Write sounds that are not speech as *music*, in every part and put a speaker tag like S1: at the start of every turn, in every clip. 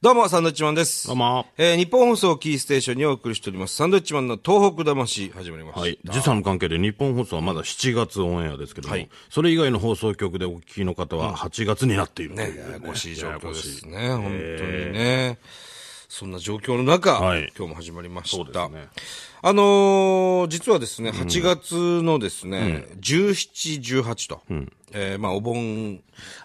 S1: どうも、サンドウィッチマンです。
S2: どうも
S1: えー日本放送キーステーションにお送りしております。サンドウィッチマンの東北魂始まりました。
S2: はい。時差の関係で日本放送はまだ7月オンエアですけども、
S1: はい
S2: それ以外の放送局でお聞きの方は8月になっているとい
S1: ね
S2: う、ね
S1: ややこしい状況ですね。本当にね。そんな状況の中、
S2: はい
S1: 今日も始まりまし
S2: そうで
S1: た。
S2: すね
S1: あのー実はですね、8月のですね、17、18と、えーまあ、お盆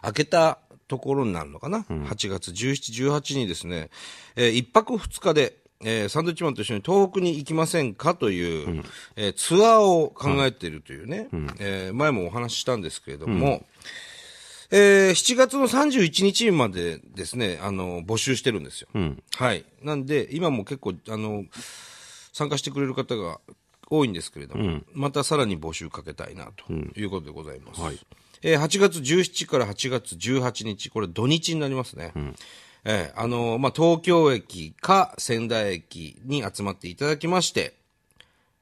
S1: 明けたところになるのかな。8月17、18にですね、えー一泊二日で、えーサンドウィッチマンと一緒に東北に行きませんかという、えーツアーを考えているというね、えー前もお話ししたんですけれども、えー7月の31日までですね、あの、募集してるんですよ。はい。なんで、今も結構、あの、参加してくれる方が多いんですけれども、またさらに募集かけたいな、ということでございます。えー8月17から8月18日、これ土日になりますね。えーあのまあ、東京駅か仙台駅に集まっていただきまして、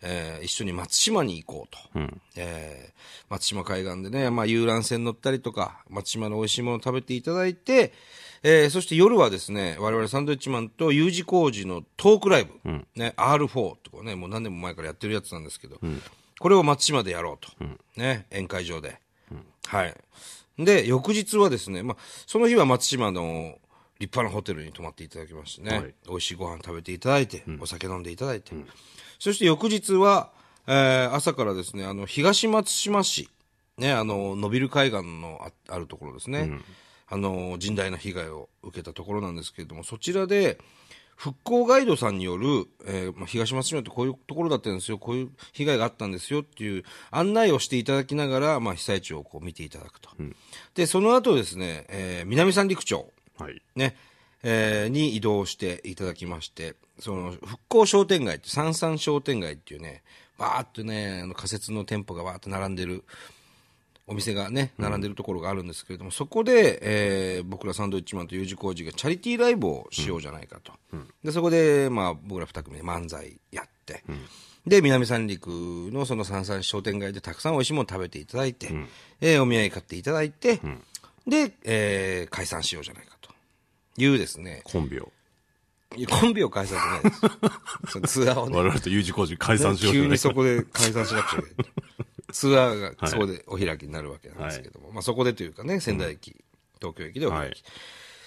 S1: えー一緒に松島に行こうと。えー松島海岸でね、まあ、遊覧船乗ったりとか、松島の美味しいものを食べていただいて、えーそして夜はですね、我々サンドウィッチマンと U 字工事のトークライブ、ね、R4 ってこうね、もう何年も前からやってるやつなんですけど、これを松島でやろうと。ね、宴会場で。はい。で、翌日はですね、まあ、その日は松島の立派なホテルに泊まっていただきましてね、
S2: はい
S1: 美味しいご飯食べていただいて、お酒飲んでいただいて、そして翌日は、えー朝からですね、あの、東松島市、ね、あの、伸びる海岸のああるところですね、あの、甚大な被害を受けたところなんですけれども、そちらで、復興ガイドさんによる、えーまあ、東松島ってこういうところだったんですよ、こういう被害があったんですよっていう案内をしていただきながら、まあ、被災地をこう見ていただくと。で、その後ですね、えー南三陸町、
S2: はい。
S1: ね、えーに移動していただきまして、その、復興商店街って、三三商店街っていうね、バーっとね、あの仮設の店舗がバーっと並んでる、お店がね、並んでるところがあるんですけれども、そこで、えー僕らサンドウィッチマンと U 字工事がチャリティーライブをしようじゃないかと。で、そこで、まあ、僕ら二組で漫才やって、で、南三陸のその三三商店街でたくさん美味しいもの食べていただいて、えーお土産買っていただいて、で、えー解散しようじゃないかと。いうですね。
S2: コンビを。
S1: いやコンビを解散しないです。 *laughs* そのツアーをね
S2: 我。々と U 字工事解散しようじゃ
S1: 急
S2: ない
S1: に
S2: か
S1: そこで解散しなくちゃいけない。ツアーがそこでお開きになるわけなんですけども、まあそこでというかね、仙台駅、東京駅でお開き。
S2: はい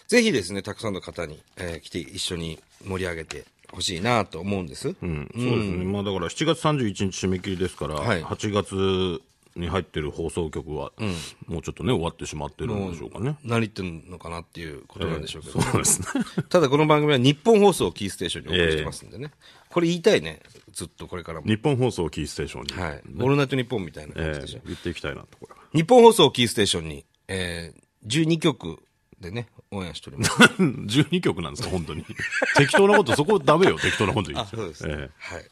S1: ぜひですね、たくさんの方に、えー来て一緒に盛り上げてほしいなと思うんです。
S2: うん、そうですね。まあだから7月31日締め切りですから、
S1: はい
S2: 8月に入ってる放送局は、もうちょっとね、終わってしまってるんでしょうかね。
S1: 何言ってんのかなっていうことなんでしょうけど、
S2: そうですね。
S1: ただこの番組は日本放送をキーステーションにお送りしてますんでね、これ言いたいね、ずっとこれからも。
S2: 日本放送キーステーションに。
S1: はい。オールナイトニッポンみたいな感
S2: え
S1: じでしょ
S2: ー、言っていきたいなと、これは。
S1: 日本放送キーステーションに、えー、12曲でね、応援しております。
S2: *laughs* 12曲なんですか、本当に。 *laughs* 適当なこと、そこダメよ、適当なこと言って。ええ
S1: はい。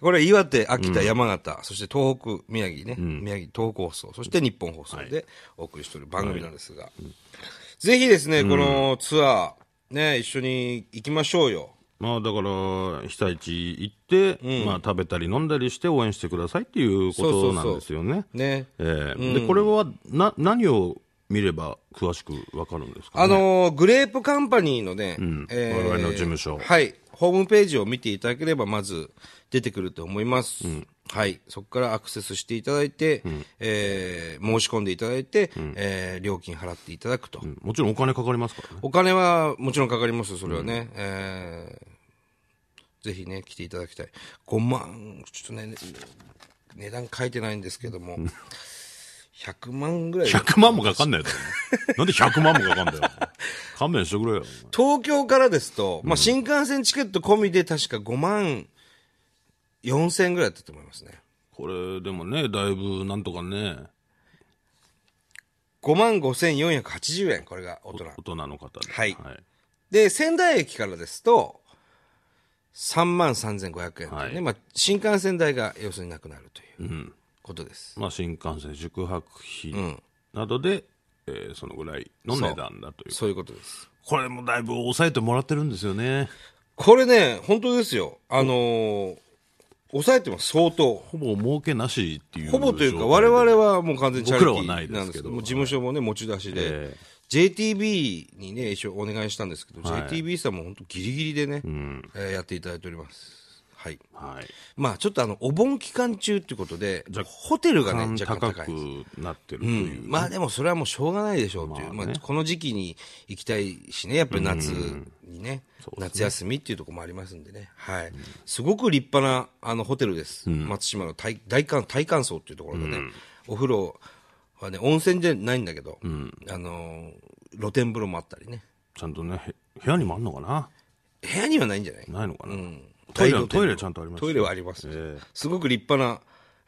S1: これ、岩手、秋田、山形、そして東北、宮城ね、宮城、東北放送、そして日本放送でお送りしておる番組なんですが、ぜひですね、このツアー、ね、一緒に行きましょうよ。
S2: まあだから、被災地行って、まあ食べたり飲んだりして応援してくださいっていうこ
S1: そうそうそう
S2: となんですよね。
S1: ね。
S2: ええで、これはな、何を見れば詳しくわかるんですか、ね、
S1: あのーグレープカンパニーのね、え
S2: 我々の事務所
S1: はい。ホームページを見ていただければ、まず出てくると思います。はい。そこからアクセスしていただいて、えー申し込んでいただいて、えー料金払っていただくと。
S2: もちろんお金かかりますからね。
S1: お金はもちろんかかりますよ、それはね。えーぜひね、来ていただきたい。5万、ちょっとね、ね値段書いてないんですけども、100万ぐらい。
S2: 100万もかかんないよ、多分なんで100万もかかんだよ。
S1: *laughs*
S2: 勘弁してくれよ。
S1: 東京からですと、まあ、新幹線チケット込みで確か5万4千円ぐらいだったと思いますね。
S2: これ、でもね、だいぶなんとかね、
S1: 5万5480円、これが大人。
S2: 大人の方で。
S1: はい
S2: はい。
S1: で、仙台駅からですと、3万3500円というね、
S2: はい
S1: まあ、新幹線代が要するになくなるということです。
S2: まあ新幹線、宿泊費
S1: ん
S2: などで、えーそのぐらいの値段だという。
S1: そういうことです。
S2: これもだいぶ抑えてもらってるんですよね。
S1: これね、本当ですよ。あのー抑えてます、相当。
S2: ほぼ儲けなしっていう。
S1: ほぼというか、我々はもう完全にチャリティ
S2: 僕らはない
S1: ー
S2: で
S1: なん
S2: す
S1: です
S2: け
S1: けど
S2: ど
S1: も、事務所もね、持ち出しで
S2: え
S1: JTB にね、一応お願いしたんですけど、JTB さんも本当ギリギリでね、えーやっていただいております。はい。
S2: はい。
S1: まあちょっとあの、お盆期間中っていうことで、
S2: 若
S1: ホテルがね、若干
S2: 高
S1: 高いです。
S2: くなってるという。
S1: まあでもそれはもうしょうがないでしょうっていう、まあこの時期に行きたいしね、やっぱり夏にね、夏休みっていうところもありますんでね、はい、すごく立派なあのホテルです、松島の大大観大観層っていうところでね、お風呂はね、温泉じゃないんだけど、あのー露天風呂もあったりね、
S2: ちゃんとね、へ部屋にもあんのかな
S1: 部屋にはないんじゃない
S2: ないのかな、ト
S1: 大
S2: イ
S1: 露
S2: レ、
S1: 天
S2: トイレちゃんとありますよ
S1: トイレはあります、
S2: ええ
S1: すごく立派な、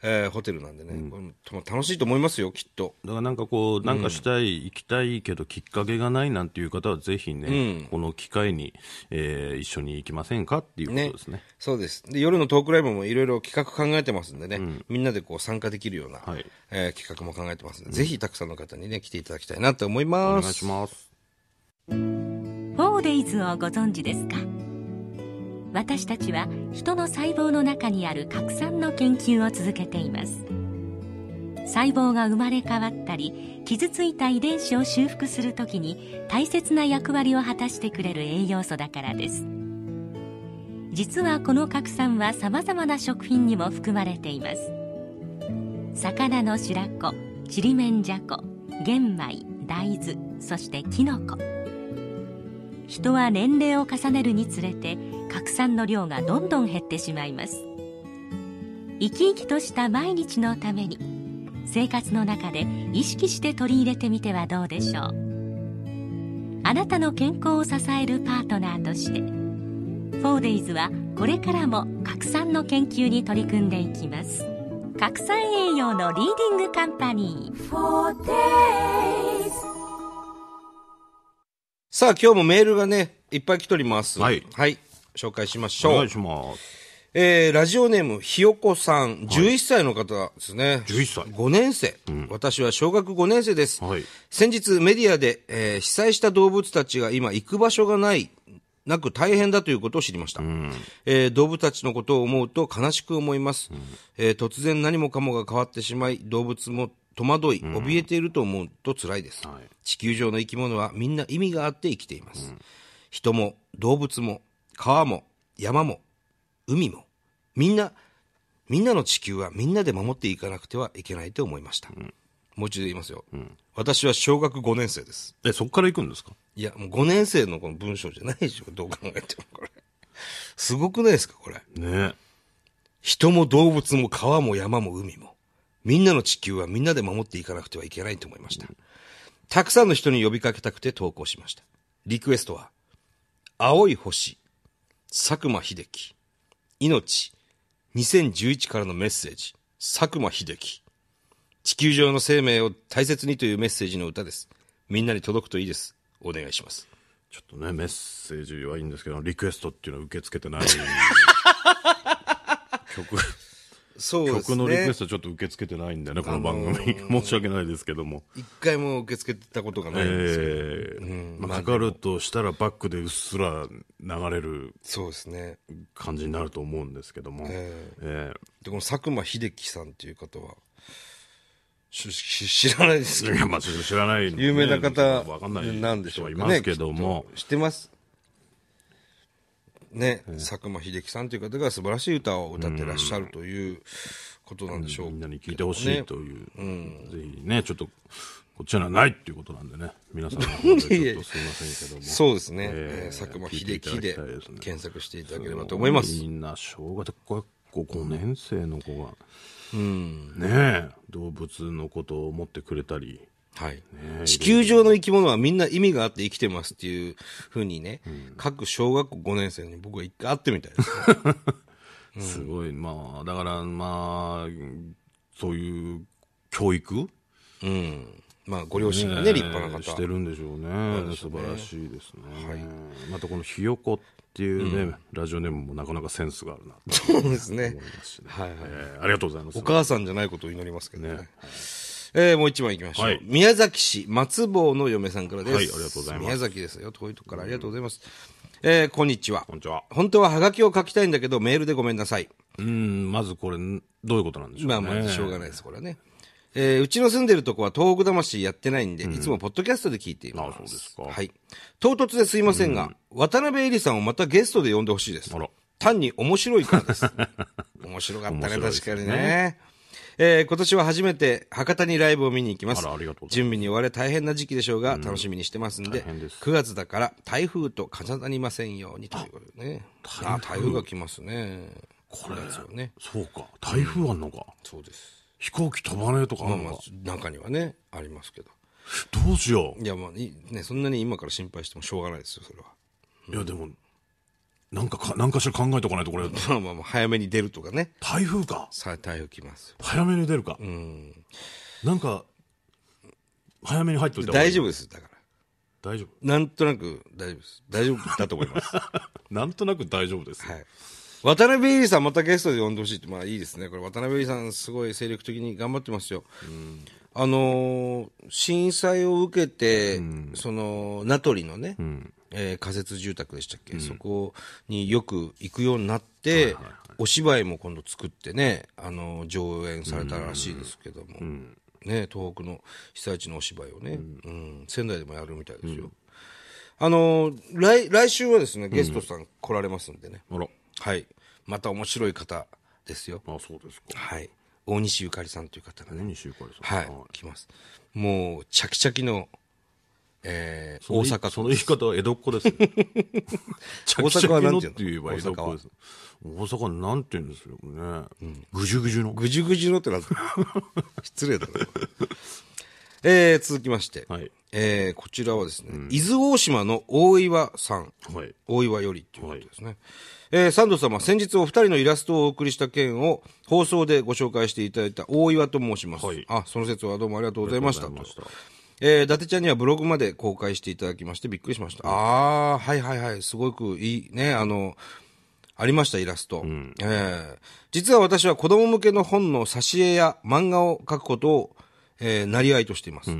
S1: えーホテルなんでね、これもとも楽しいと思いますよ、きっと。
S2: だからなんかこう、なんかしたい、行きたいけど、きっかけがないなんていう方は、ぜひね、この機会に、えー一緒に行きませんかっていうことですね。
S1: そうです。で、夜のトークライブもいろいろ企画考えてますんでね、みんなでこう参加できるような、
S2: はい
S1: えー企画も考えてますんで、ぜひたくさんの方にね、来ていただきたいなと思い
S2: お
S1: ま
S2: 願い
S1: す。
S2: します。
S3: フォーデイズをご存知ですか私たちは人の細胞の中にある核酸の研究を続けています細胞が生まれ変わったり傷ついた遺伝子を修復するときに大切な役割を果たしてくれる栄養素だからです実はこの核酸はさまざまな食品にも含まれています魚の白子ちりめんじゃこ玄米大豆そしてきのこ人は年齢を重ねるにつれて核酸の量がどんどん減ってしまいます生き生きとした毎日のために生活の中で意識して取り入れてみてはどうでしょうあなたの健康を支えるパートナーとしてフォーデイズはこれからも核酸の研究に取り組んでいきます核酸栄養のリーディングカンパニー
S1: さあ、今日もメールがね、いっぱい来ております。
S2: はい
S1: 紹介しまし
S2: お
S1: ょ
S2: 願
S1: う
S2: い。します。
S1: えーラジオネーム、ひよこさん、11歳の方ですね。
S2: 11歳
S1: 5年生。私は小学5年生です。
S2: はい
S1: 先日、メディアで、えー被災した動物たちが今行く場所がない、なく大変だということを知りました。えー動物たちのことを思うと悲しく思います、えー突然何もかもが変わってしまい、動物も戸惑い、怯えていると思うと辛いです。
S2: はい
S1: 地球上の生き物はみんな意味があって生きています。人も動物も川も山も海もみんなみんなの地球はみんなで守っていかなくてはいけないと思いました、もう一度言いますよ、私は小学5年生です
S2: え、そこから行くんですか
S1: いやもう5年生のこの文章じゃないでしょどう考えてもこれすごくないですかこれ
S2: ね
S1: 人も動物も川も山も海も、みんなの地球はみんなで守っていかなくてはいけないと思いました。たくさんの人に呼びかけたくて投稿しました。リクエストは、青い星、佐久間秀樹、命、2011からのメッセージ、佐久間秀樹、地球上の生命を大切にというメッセージの歌です。みんなに届くといいです。お願いします。
S2: ちょっとね、メッセージはいいんですけど、リクエストっていうのは受け付けてない。
S1: *laughs*
S2: 曲、
S1: そうですね。
S2: 曲のリクエストちょっと受け付けてないんだよね、この番組。 *laughs* 申し訳ないですけども。
S1: 一回も受け付けたことがないんですけど。
S2: ええまあ、かかるとしたらバックでうっすら流れる
S1: そうですね。
S2: 感じになると思うんですけども、ええ
S1: でこの佐久間秀樹さんっていう方はしし知らないですけ
S2: *laughs*
S1: ど
S2: いやまあ、ちょっと知らない、ね、
S1: 有名な方
S2: わかんない
S1: なんでしょう
S2: 人
S1: か
S2: は
S1: ね
S2: いますけども
S1: きっ、と知ってますね、佐久間秀樹さんという方が素晴らしい歌を歌ってらっしゃるということなんでしょう、
S2: みんなに聞いてほしいという、ぜひね、ちょっと、こっちにはないっていうことなんでね、皆さんの方で
S1: *laughs*
S2: ちょっとすいませんけども。
S1: そうですね、
S2: えー
S1: えー佐久間
S2: 聞い
S1: 秀
S2: ていた
S1: 樹
S2: だき
S1: で
S2: たいですね
S1: 検索していただければと思います
S2: みんな小学校5年生の子が、ねえ、動物のことを思ってくれたり、
S1: はい、地球上の生き物はみんな意味があって生きてますっていうふうにね、各小学校5年生に僕は一回会ってみたい
S2: *laughs*
S1: です
S2: すごい、まあ、だから、まあ、そういう教育
S1: うん。まあ、ご両親がね、立派な
S2: し
S1: 方
S2: て。るんでしょうね素晴らしいですね、またこのひよこっていうね、ラジオネームもなかなかセンスがあるなと
S1: そうですね
S2: 思い。ますしね、
S1: はいはい
S2: えーありがとうございます
S1: お母さんじゃないことを祈りますけどね。
S2: ね
S1: えーもう一枚行きましょう。
S2: はい
S1: 宮崎市松坊の嫁さんからです。
S2: はいありがとうございます
S1: 宮崎ですよ。遠いとこからありがとうございます。えーこんにちは
S2: こん。にちは
S1: 本当はハガキを書きたいんだけど、メールでごめんなさい。
S2: うんまずこれどういうことなんでしょう
S1: ま
S2: か
S1: あ
S2: ね
S1: まあ、しょうがないです、これはね。えーうちの住んでるとこは東北魂やってないんで、いつもポッドキャストで聞いています。
S2: あそうですか
S1: はい。唐突ですいませんが、渡辺恵里さんをまたゲストで呼んでほしいです
S2: あら。
S1: 単に面白いからです。面白かったね、
S2: 面白いです
S1: 確
S2: ね
S1: かにね。えー今年は初めて博多にライブを見に行きます。
S2: あらありがとうございます
S1: 準備に追われ大変な時期でしょうが、楽しみにしてますんで、
S2: 大変です
S1: 9月だから台風と重なりませんようにということでね。あ台風が来ますね。これですよね。
S2: そうか。台風あんのか。
S1: そうです。
S2: 飛行機飛ばねえとかあ
S1: まあ
S2: ん
S1: まあ
S2: のか。、
S1: 中にはね、ありますけど。
S2: どうしよ
S1: いや、まあ、いね、そんなに今から心配してもしょうがないですよ、それは。 *laughs*
S2: う。いや、でも、なんかか、なんかしら考えとかないとこれ、
S1: まあまあまあ、早めに出るとかね。
S2: 台風か。
S1: さあ、台風来ます。
S2: 早めに出るか。なんか、早めに入っといた方がい
S1: 大
S2: い
S1: 丈夫です、だから。
S2: 大丈夫。
S1: なんとなく大丈夫です。大丈夫だと思います。は
S2: なんとなく大丈夫です。
S1: い。渡辺恵里さんまたゲストで呼んでほしいって、まあいいですね。これ渡辺恵里さんすごい精力的に頑張ってますよ。あのー震災を受けて、その、名取のね、えー仮設住宅でしたっけ、そこによく行くようになって、お芝居も今度作ってね、あのー上演されたらしいですけども、ね、東北の被災地のお芝居をね、うん仙台でもやるみたいですよ。あのー来、来週はですね、ゲストさん来られますんでね。
S2: あら。
S1: はい。また面白い方ですよ。
S2: あ、そうですか。
S1: はい。大西ゆかりさんという方がね、
S2: 何しゆかりさん。
S1: はい、来ます。もう、チャキチャキの、えー
S2: その
S1: 大阪
S2: その言い方は江戸っ子で
S1: *laughs*
S2: す。大
S1: 大阪はなんて
S2: って言
S1: 言う
S2: え
S1: の
S2: ば江戸っ子です。大阪はなんて言うんですよね。ぐじゅぐじゅの。
S1: ぐじゅぐじゅのってな
S2: *laughs*
S1: 失礼だな。えー、続きまして、
S2: はい。
S1: えー、こちらはですね、伊豆大島の大岩さん。
S2: はい。
S1: 大岩よりということですね。えーサンド様、先日お二人のイラストをお送りした件を放送でご紹介していただいた大岩と申します。
S2: はい
S1: あ、その説はどうもありがとうございました。
S2: ありがとうございま
S1: えー、伊達ちゃんにはブログまで公開していただきましてびっくりしました。ああ、はいはいはい、すごくいいね、あの、ありました、イラスト。えー実は私は子供向けの本の挿絵や漫画を描くことを、えー、なりわいとしています。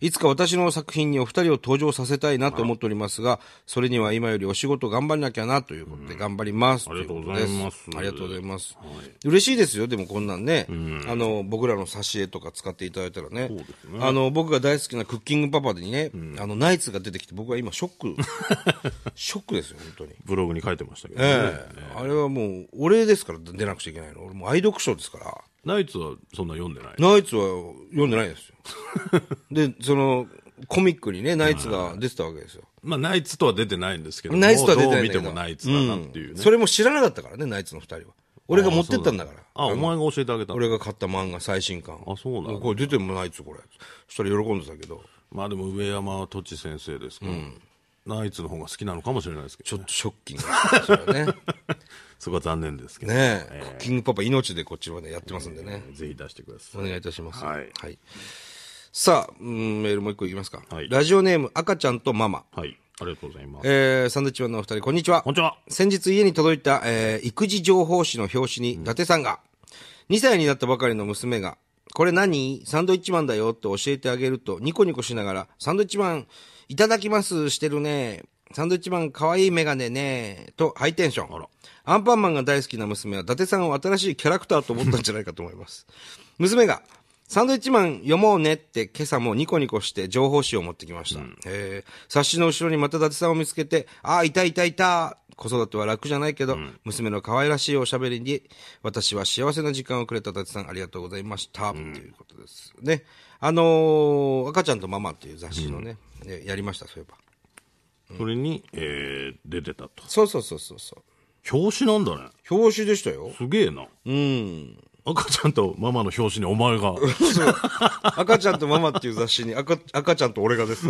S1: いつか私の作品にお二人を登場させたいなと思っておりますが、それには今よりお仕事頑張らなきゃなということで頑張ります、
S2: ありがとうござい
S1: いうことで
S2: ます
S1: ありがとうございます。嬉しいですよ、でもこんなんね。あの、僕らの挿絵とか使っていただいたらね。あの、僕が大好きなクッキングパパでにね、あの、ナイツが出てきて僕は今ショッ
S2: *laughs*
S1: ク、ショックですよ、本当に。
S2: ブログに書いてましたけどね。
S1: ええあれはもう、お礼ですから出なくちゃいけないの。俺もう愛読書ですから。
S2: ナイツはそんな読んでない。
S1: ナイツは読んでない
S2: *laughs*
S1: ですよ。で、その、コミックにね、ナイツが出てたわけですよ。
S2: まあ、ナイツとは出てないんですけども、
S1: ナイツとは出てない
S2: どうん
S1: だ
S2: 見
S1: け
S2: て
S1: ど
S2: もナイツだなっていうね。
S1: それも知らなかったからね、ナイツの二人は。俺が持ってったんだから。
S2: あ、お前が教えてあげた。
S1: 俺が買った漫画最新刊。
S2: あそうなんだ
S1: これ出てもないっつよこれ。そしたら喜んでたけど、
S2: まあでも上山とち先生ですから、ナイツの方が好きなのかもしれないですけ
S1: ちょ
S2: ど、
S1: っ
S2: ね、
S1: とショッ *laughs* キングだったですよね。ね
S2: そこは残念ですけど、
S1: え、クッキングパパ命でこっちまでやってますんでね。
S2: ぜひ出してくださ
S1: お
S2: い。
S1: 願いいたします。
S2: はい
S1: さあ、うんメールもう一個いきますか。
S2: はい
S1: ラジオネーム、赤ちゃんとママ。
S2: はい、ありがとうございます。
S1: えー、サンドウィッチマンのお二人、こんにちは。
S2: こんにちは。
S1: 先日家に届いた、えー育児情報誌の表紙に、伊達さんが、2歳になったばかりの娘が、これ何サンドイッチマンだよって教えてあげると、ニコニコしながら、サンドイッチマン、いただきますしてるね。サンドイッチマン、かわいいメガネね。と、ハイテンション。アンパンマンが大好きな娘は、伊達さんを新しいキャラクターと思ったんじゃないかと思います。娘が、サンドイッチマン読もうねって今朝もニコニコして情報誌を持ってきました。えー冊子の後ろにまた伊達さんを見つけて、ああ、いたいたいた子育ては楽じゃないけど、娘の可愛らしいおしゃべりに、私は幸せな時間をくれた伊達さんありがとうございました。ということですね。あのー赤ちゃんとママっていう雑誌のね、ねやりました、そういえば。
S2: それに、えー、出てたと。
S1: そうそうそうそうそう。
S2: 表紙なんだね。
S1: 表紙でしたよ。
S2: すげえな。
S1: うん。
S2: 赤ちゃんとママの表紙にお前 *laughs* が、
S1: そう赤ちゃんとママっていう雑誌に赤、赤ちゃんと俺がです。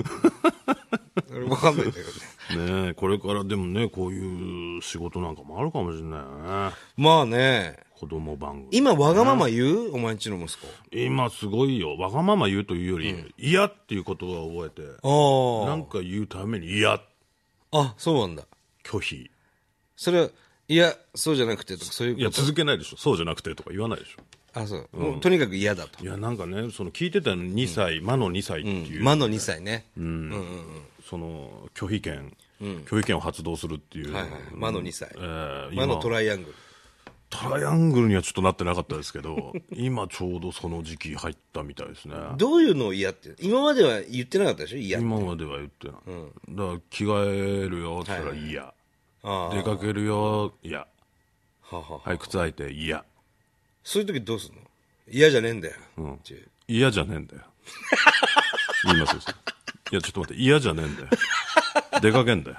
S1: あれわかんないんだけどね。
S2: ねえ、これからでもね、こういう仕事なんかもあるかもしれないよね。
S1: まあね。
S2: 子供番組。
S1: 今、わがまま言う、お前んちの息子。
S2: 今すごいよ。わがまま言うというより、嫌、っていう言葉を覚えて、
S1: あ
S2: なんか言うために嫌、
S1: あ。あ、そうなんだ。
S2: 拒否。
S1: それは、いや、そうじゃなくてとか、そう
S2: い
S1: いう
S2: や、
S1: こと。
S2: 続けないでしょ。そうじゃなくてとか言わないでしょ。
S1: あ、そう。もうとにかく嫌だと。
S2: いや、なんかね、その聞いてたの2歳、魔の2歳っていう、
S1: 魔の2歳ね。
S2: その拒否権、拒否権を発動するっていう、
S1: はいはい魔の2歳
S2: えー
S1: 魔の
S2: 今
S1: トライアングル。
S2: トライアングルにはちょっとなってなかったですけど、 *laughs* 今ちょうどその時期入ったみたいですね。
S1: どういうのを嫌って、今までは言ってなかったでしょ嫌って。
S2: 今までは言ってない。だから着替えるよって言ったら嫌、
S1: ああ
S2: 出かけるよ嫌、
S1: はは
S2: はい、靴履いて嫌、
S1: そういう時どうすんの嫌じゃねえんだよ。っていう
S2: 嫌じゃねえんだ
S1: *laughs*
S2: よ。言いますよ。いや、ちょっと待って、嫌じゃねえんだよ。出かけんだよ。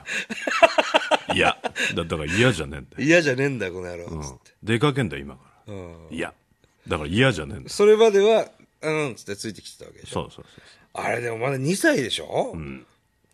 S2: いや、だだから嫌じゃねえんだよ。
S1: 嫌じゃねえんだよ、この野郎。つって
S2: 出かけんだよ、今から。いや、だから嫌じゃねえんだよ。
S1: それまでは、うん、つってついてきてたわけでしょ
S2: そうそうそうそう。
S1: あれでもまだ2歳でしょ、う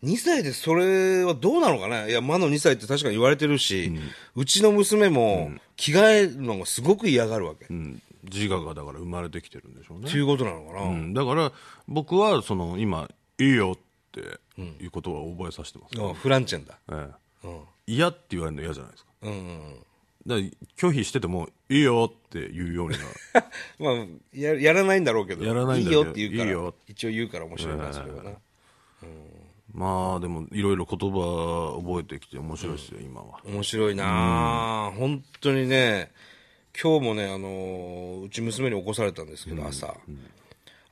S1: 2歳でそれはどうなのかねいや、魔の2歳って確かに言われてるし、うちの娘も着替えるのがすごく嫌がるわけ。っ
S2: うん、自我がだから生まれてきてるんでしょうね
S1: て。いうことなのかな、
S2: うん、だから僕はその今「いいよ」っていうことは覚えさせてます、
S1: あフランチェンだ。
S2: ええ嫌って言われるの嫌じゃないですか
S1: うんうん
S2: だから拒否してても「いいよ」って言うようにな
S1: うん。まあや、やらないんだろうけど。
S2: やらないん
S1: い
S2: だけど
S1: よって言うから。
S2: いいよ
S1: 一応言うから面白いな、それはな。
S2: *laughs* まあでもいろいろ言葉覚えてきて面白いですよ、今は
S1: 面白いなあ、本当にね、今日もね、あのーうち娘に起こされたんですけど、朝。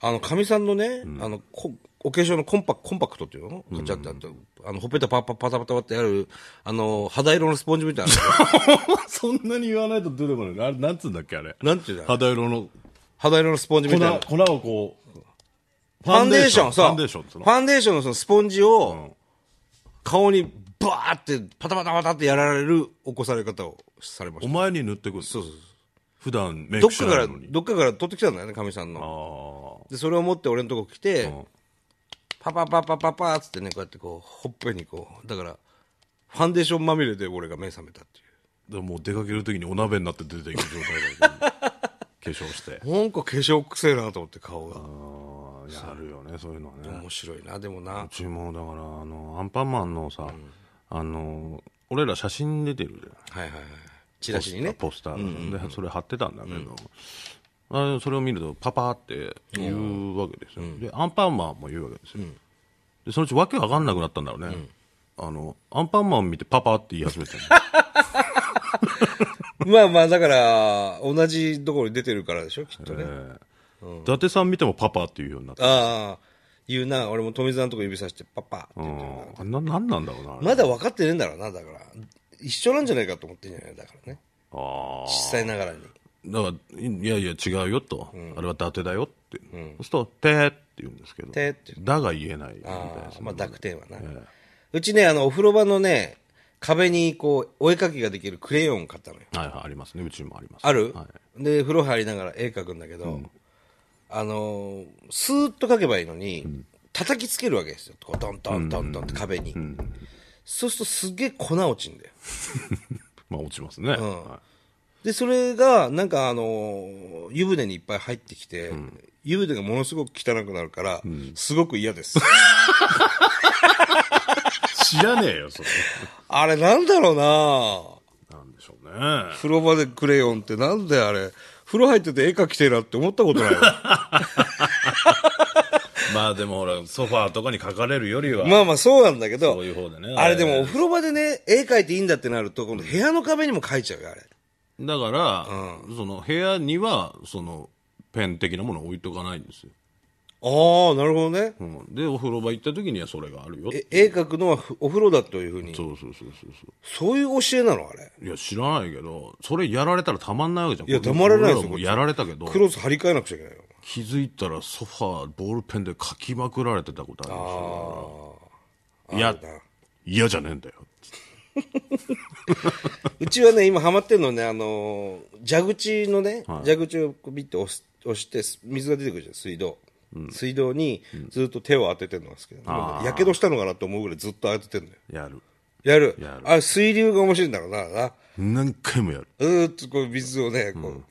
S1: あの、かみさんのね、あの、こお化粧のコンパコンパクトっていうのこっちあってあって、あの、ほっぺたパッパッパタパタパってやる、あの、肌色のスポンジみたいな。
S2: *laughs*
S1: *laughs*
S2: そんなに言わないと出てこないあれなんつうんだっけあれ
S1: なんていうんだろう
S2: 肌色の
S1: 肌色のスポンジみたいな。
S2: 粉をこうフ
S1: ファンデーション、そう。
S2: ファンデーションって
S1: フ
S2: の
S1: ァンデーションのそのスポンジを、顔にバーってパタパタパタってやられる起こされ方をされました
S2: お。前に塗ってくるそうそうそう普段メイ
S1: どっ
S2: ク
S1: か
S2: し
S1: か
S2: な
S1: ら、
S2: いのに
S1: どっかから取ってきたんだよね、かみさんの。
S2: あ
S1: で、それを持って俺のとこ来て、
S2: ん
S1: パパパパパパーっつってね、こうやってこう、ほっぺにこう、だから、ファンデーションまみれで俺が目覚めたってい
S2: あもう出かける時にお鍋になって出ていく状態だけど化粧 *laughs* して
S1: う。なんか化粧くせえなと思って顔が。
S2: あーやるよねそういうのはね、う
S1: 面白いな、でもな。
S2: ちもだからあのアンパンマンのさ、あの俺ら写真出てるじゃん
S1: はいはいはい。チラシにね。
S2: ポスターポスターがでそれ貼ってたんだけど、あそれを見るとパパーって言うわけですよ、でアンパンマンも言うわけですよ、でそのうちわけわかんなくなったんだろうね、あのアンパンマン見てパパーって言い始 *laughs* めたの
S1: まあまあ、だから、同じところに出てるからでしょ、きっとね。
S2: ええ伊達さん見てもパパーって言うようになった、
S1: ああ、言うな。俺も富澤のとこ指さして、パパって
S2: う
S1: 言って
S2: ん、あれななんなんだろうなあれ
S1: まだ分かってねえんだろうな、だから。一緒なんじゃないかと思ってんじゃないだからね。
S2: あー
S1: 実際ながらに。
S2: だから、いやいや違うよと、あれは伊達だよって、そうすると、てーって言うんですけど、
S1: てーって
S2: だが言えないみたい
S1: あ
S2: です
S1: あ
S2: ね
S1: まあ濁点はな、うちねあのお風呂場のね壁にこうお絵描きができるクレヨンを買ったのよ
S2: はいはい、ありますね、うちもあります。
S1: ある、
S2: は
S1: で風呂入りながら絵描くんだけど、あのースーッと描けばいいのに、叩きつけるわけですよこうドンドンドンドンって壁に、そうするとすげえ粉落ちんだよ
S2: まあ、落ちますね。は
S1: でそれがなんかあのー湯船にいっぱい入ってきて、湯船がものすごく汚くなるから、すごく嫌です
S2: い知らねえよ、それ。
S1: あれなんだろうな
S2: なんで
S1: *laughs*
S2: しょうね。
S1: 風呂場でクレヨンってなんであれ、風呂入ってて絵描きてえなって思ったことないわ
S2: まあ、でもほら、ソファーとかに書かれるよりは、
S1: *laughs* まあまあそうなんだけど
S2: そう、いう方でね。
S1: あれでもお風呂場でね、絵描いていいんだってなると、今度部屋の壁にも描いちゃうよ、あれ。
S2: だから、その、部屋には、その、ペン的なものを置いとかないんですよ。
S1: ああ、なるほどね。
S2: うん、で、お風呂場行った時にはそれがあるよ。
S1: え絵描くのはふお風呂だというふうに。
S2: そうそうそうそうそう。
S1: そういう教えなの、あれ。
S2: いや、知らないけど、それやられたらたまんないわけじゃん。
S1: いやたまらないですよ
S2: 俺らもやられたけど、
S1: クロス張り替えなくちゃいけないよ。
S2: 気づいたらソファー、ボールペンで書きまくられてたことありましたから。いや、嫌じゃねえんだよ。
S1: うちはね、今ハマってるのね、あのー蛇口のね、蛇口をこうビッて押す押して、す水が出てくるじゃん、水道。水道にずっと手を当ててるのが好きなの。やけどしたのかなと思うぐらいずっと当ててるのよ。
S2: やる。
S1: やる。
S2: やる
S1: あれ、水流が面白いんだろうな。な
S2: 何回もやる。
S1: うーっとこう水をね、こう、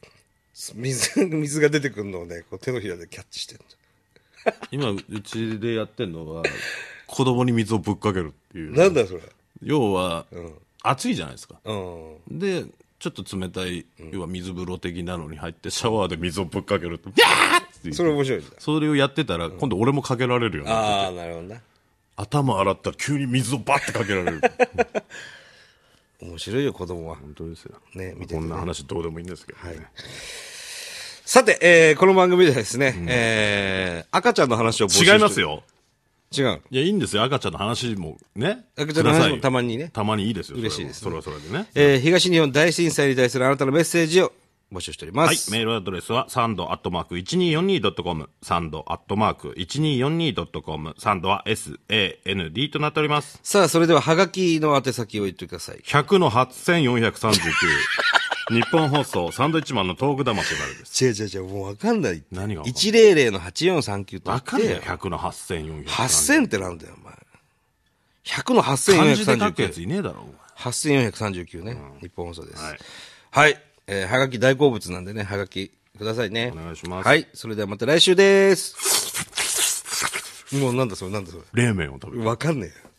S1: 水、水が出てくるのをね、こう手のひらでキャッチしてる
S2: 今、うちでやってんのは、子供に水をぶっかけるっていう。
S1: なんだそれ。
S2: 要は、暑いじゃないですか。
S1: うん。
S2: で、ちょっと冷たい、要は水風呂的なのに入って、シャワーで水をぶっかけると、ギャーって
S1: そ
S2: 言う
S1: れ面白いんだ。
S2: それをやってたら、今度俺もかけられるよね。
S1: ああ、なるほどな。
S2: 頭洗ったら急に水をバッてかけられる。
S1: 面白いよ、子供は。
S2: *laughs* 本当ですよ。
S1: ね見てて
S2: こ
S1: ね
S2: んな話どうでもいいんですけど、ね。
S1: はいさて、えーこの番組ではですね、えー赤ちゃんの話を募集して
S2: 違います。よ。
S1: 違う。
S2: いや、いいんですよ。赤ちゃんの話もね。
S1: 赤ちゃんの話も
S2: くださいよ
S1: たまにね
S2: たまにいいですよ。
S1: 嬉しいです
S2: それはそれはそれでね。
S1: えー東日本大震災に対するあなたのメッセージを募集しておりま
S2: はい。
S1: す。
S2: メールアドレスは、サンドアットマーク 1242.com、サンドアットマーク 1242.com、サンドは SAND となっております。
S1: さあ、それでは、はがきの宛先を言ってください。
S2: 100の8439。日
S1: *laughs*
S2: 本放送、サンドイッチマンのトーク魂なるです。
S1: 違う違う違う、もうわかんない。
S2: 何がわかんない
S1: ?100 の8439って言
S2: わ
S1: っ
S2: かる
S1: て
S2: よ、。100の8439。
S1: 8000ってなんだよ、お前。100の
S2: 漢字で書くや
S1: 8439
S2: つ。いねえだろ、お前
S1: 8439ね。日本放送です。は
S2: はいい。
S1: えーはがき大好物なんでね、はがきくださいね。
S2: お願いします
S1: はい。それではまた来週です。もうなんだそれ、なんだそれ。
S2: 冷麺を食べる。
S1: わかんねえよ。